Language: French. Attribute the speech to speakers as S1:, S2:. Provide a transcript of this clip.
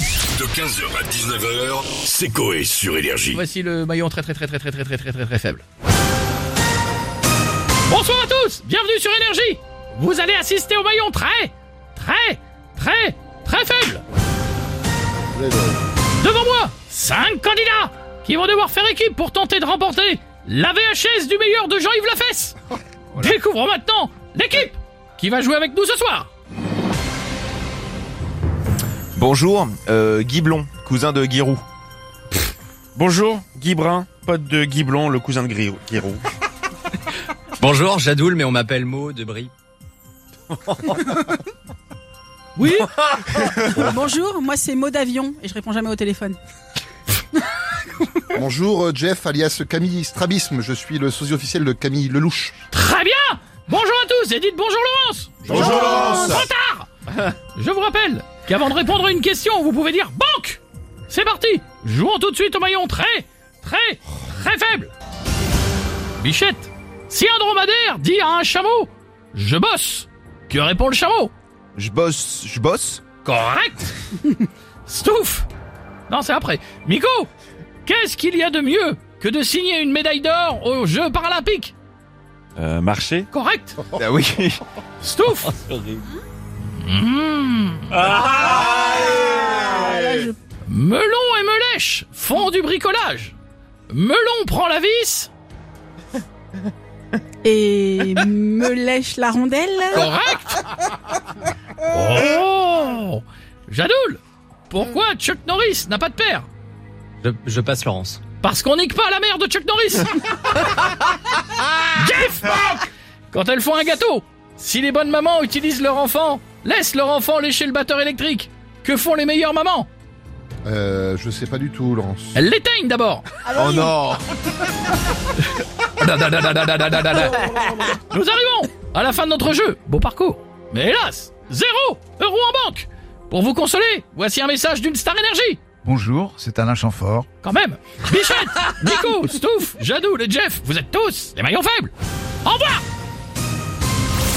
S1: De 15h à 19h, c'est Coé sur Énergie.
S2: Voici le maillon très très très très très très très très très très faible. Bonsoir à tous, bienvenue sur Énergie. Vous allez assister au maillon très très très très faible. Devant moi, 5 candidats qui vont devoir faire équipe pour tenter de remporter la VHS du meilleur de Jean-Yves Lafesse. Découvrons maintenant l'équipe qui va jouer avec nous ce soir.
S3: Bonjour, euh, Guy Blond, cousin de Guy Roux.
S4: Bonjour, Guy Brun, pote de Guy Blond, le cousin de Gri- Guy Roux.
S5: Bonjour, Jadoul, mais on m'appelle Mo de Brie.
S6: Oui Bonjour, moi c'est Maud Avion et je réponds jamais au téléphone.
S7: Bonjour euh, Jeff, alias Camille Strabisme, je suis le sosie officiel de Camille Lelouch.
S2: Très bien Bonjour à tous et dites bonjour Laurence
S7: Bonjour
S2: Trop tard Je vous rappelle qu'avant de répondre à une question, vous pouvez dire banque C'est parti Jouons tout de suite au maillon très, très, très faible Bichette, si un dromadaire dit à un chameau « Je bosse », que répond le chameau
S3: Je bosse, je bosse.
S2: Correct Stouff Non, c'est après. Miko Qu'est-ce qu'il y a de mieux que de signer une médaille d'or aux Jeux Paralympiques
S4: Euh, marché
S2: Correct
S3: Ah oui.
S2: Stouff Melon et Melèche font du bricolage. Melon prend la vis.
S6: Et me lèche la rondelle
S2: Correct Oh Jadoul Pourquoi Chuck Norris n'a pas de père
S5: Je, je passe Laurence.
S2: Parce qu'on nique pas la mère de Chuck Norris Jeff Quand elles font un gâteau, si les bonnes mamans utilisent leur enfant, laissent leur enfant lécher le batteur électrique. Que font les meilleures mamans
S7: Euh, je sais pas du tout Laurence.
S2: Elles l'éteignent d'abord
S3: oh non.
S2: Nous arrivons à la fin de notre jeu. Beau parcours. Mais hélas, zéro euro en banque. Pour vous consoler, voici un message d'une star énergie.
S8: Bonjour, c'est Alain Chamfort.
S2: Quand même. Bichette, Nico, Stouff, Jadoul et Jeff, vous êtes tous les maillons faibles. Au revoir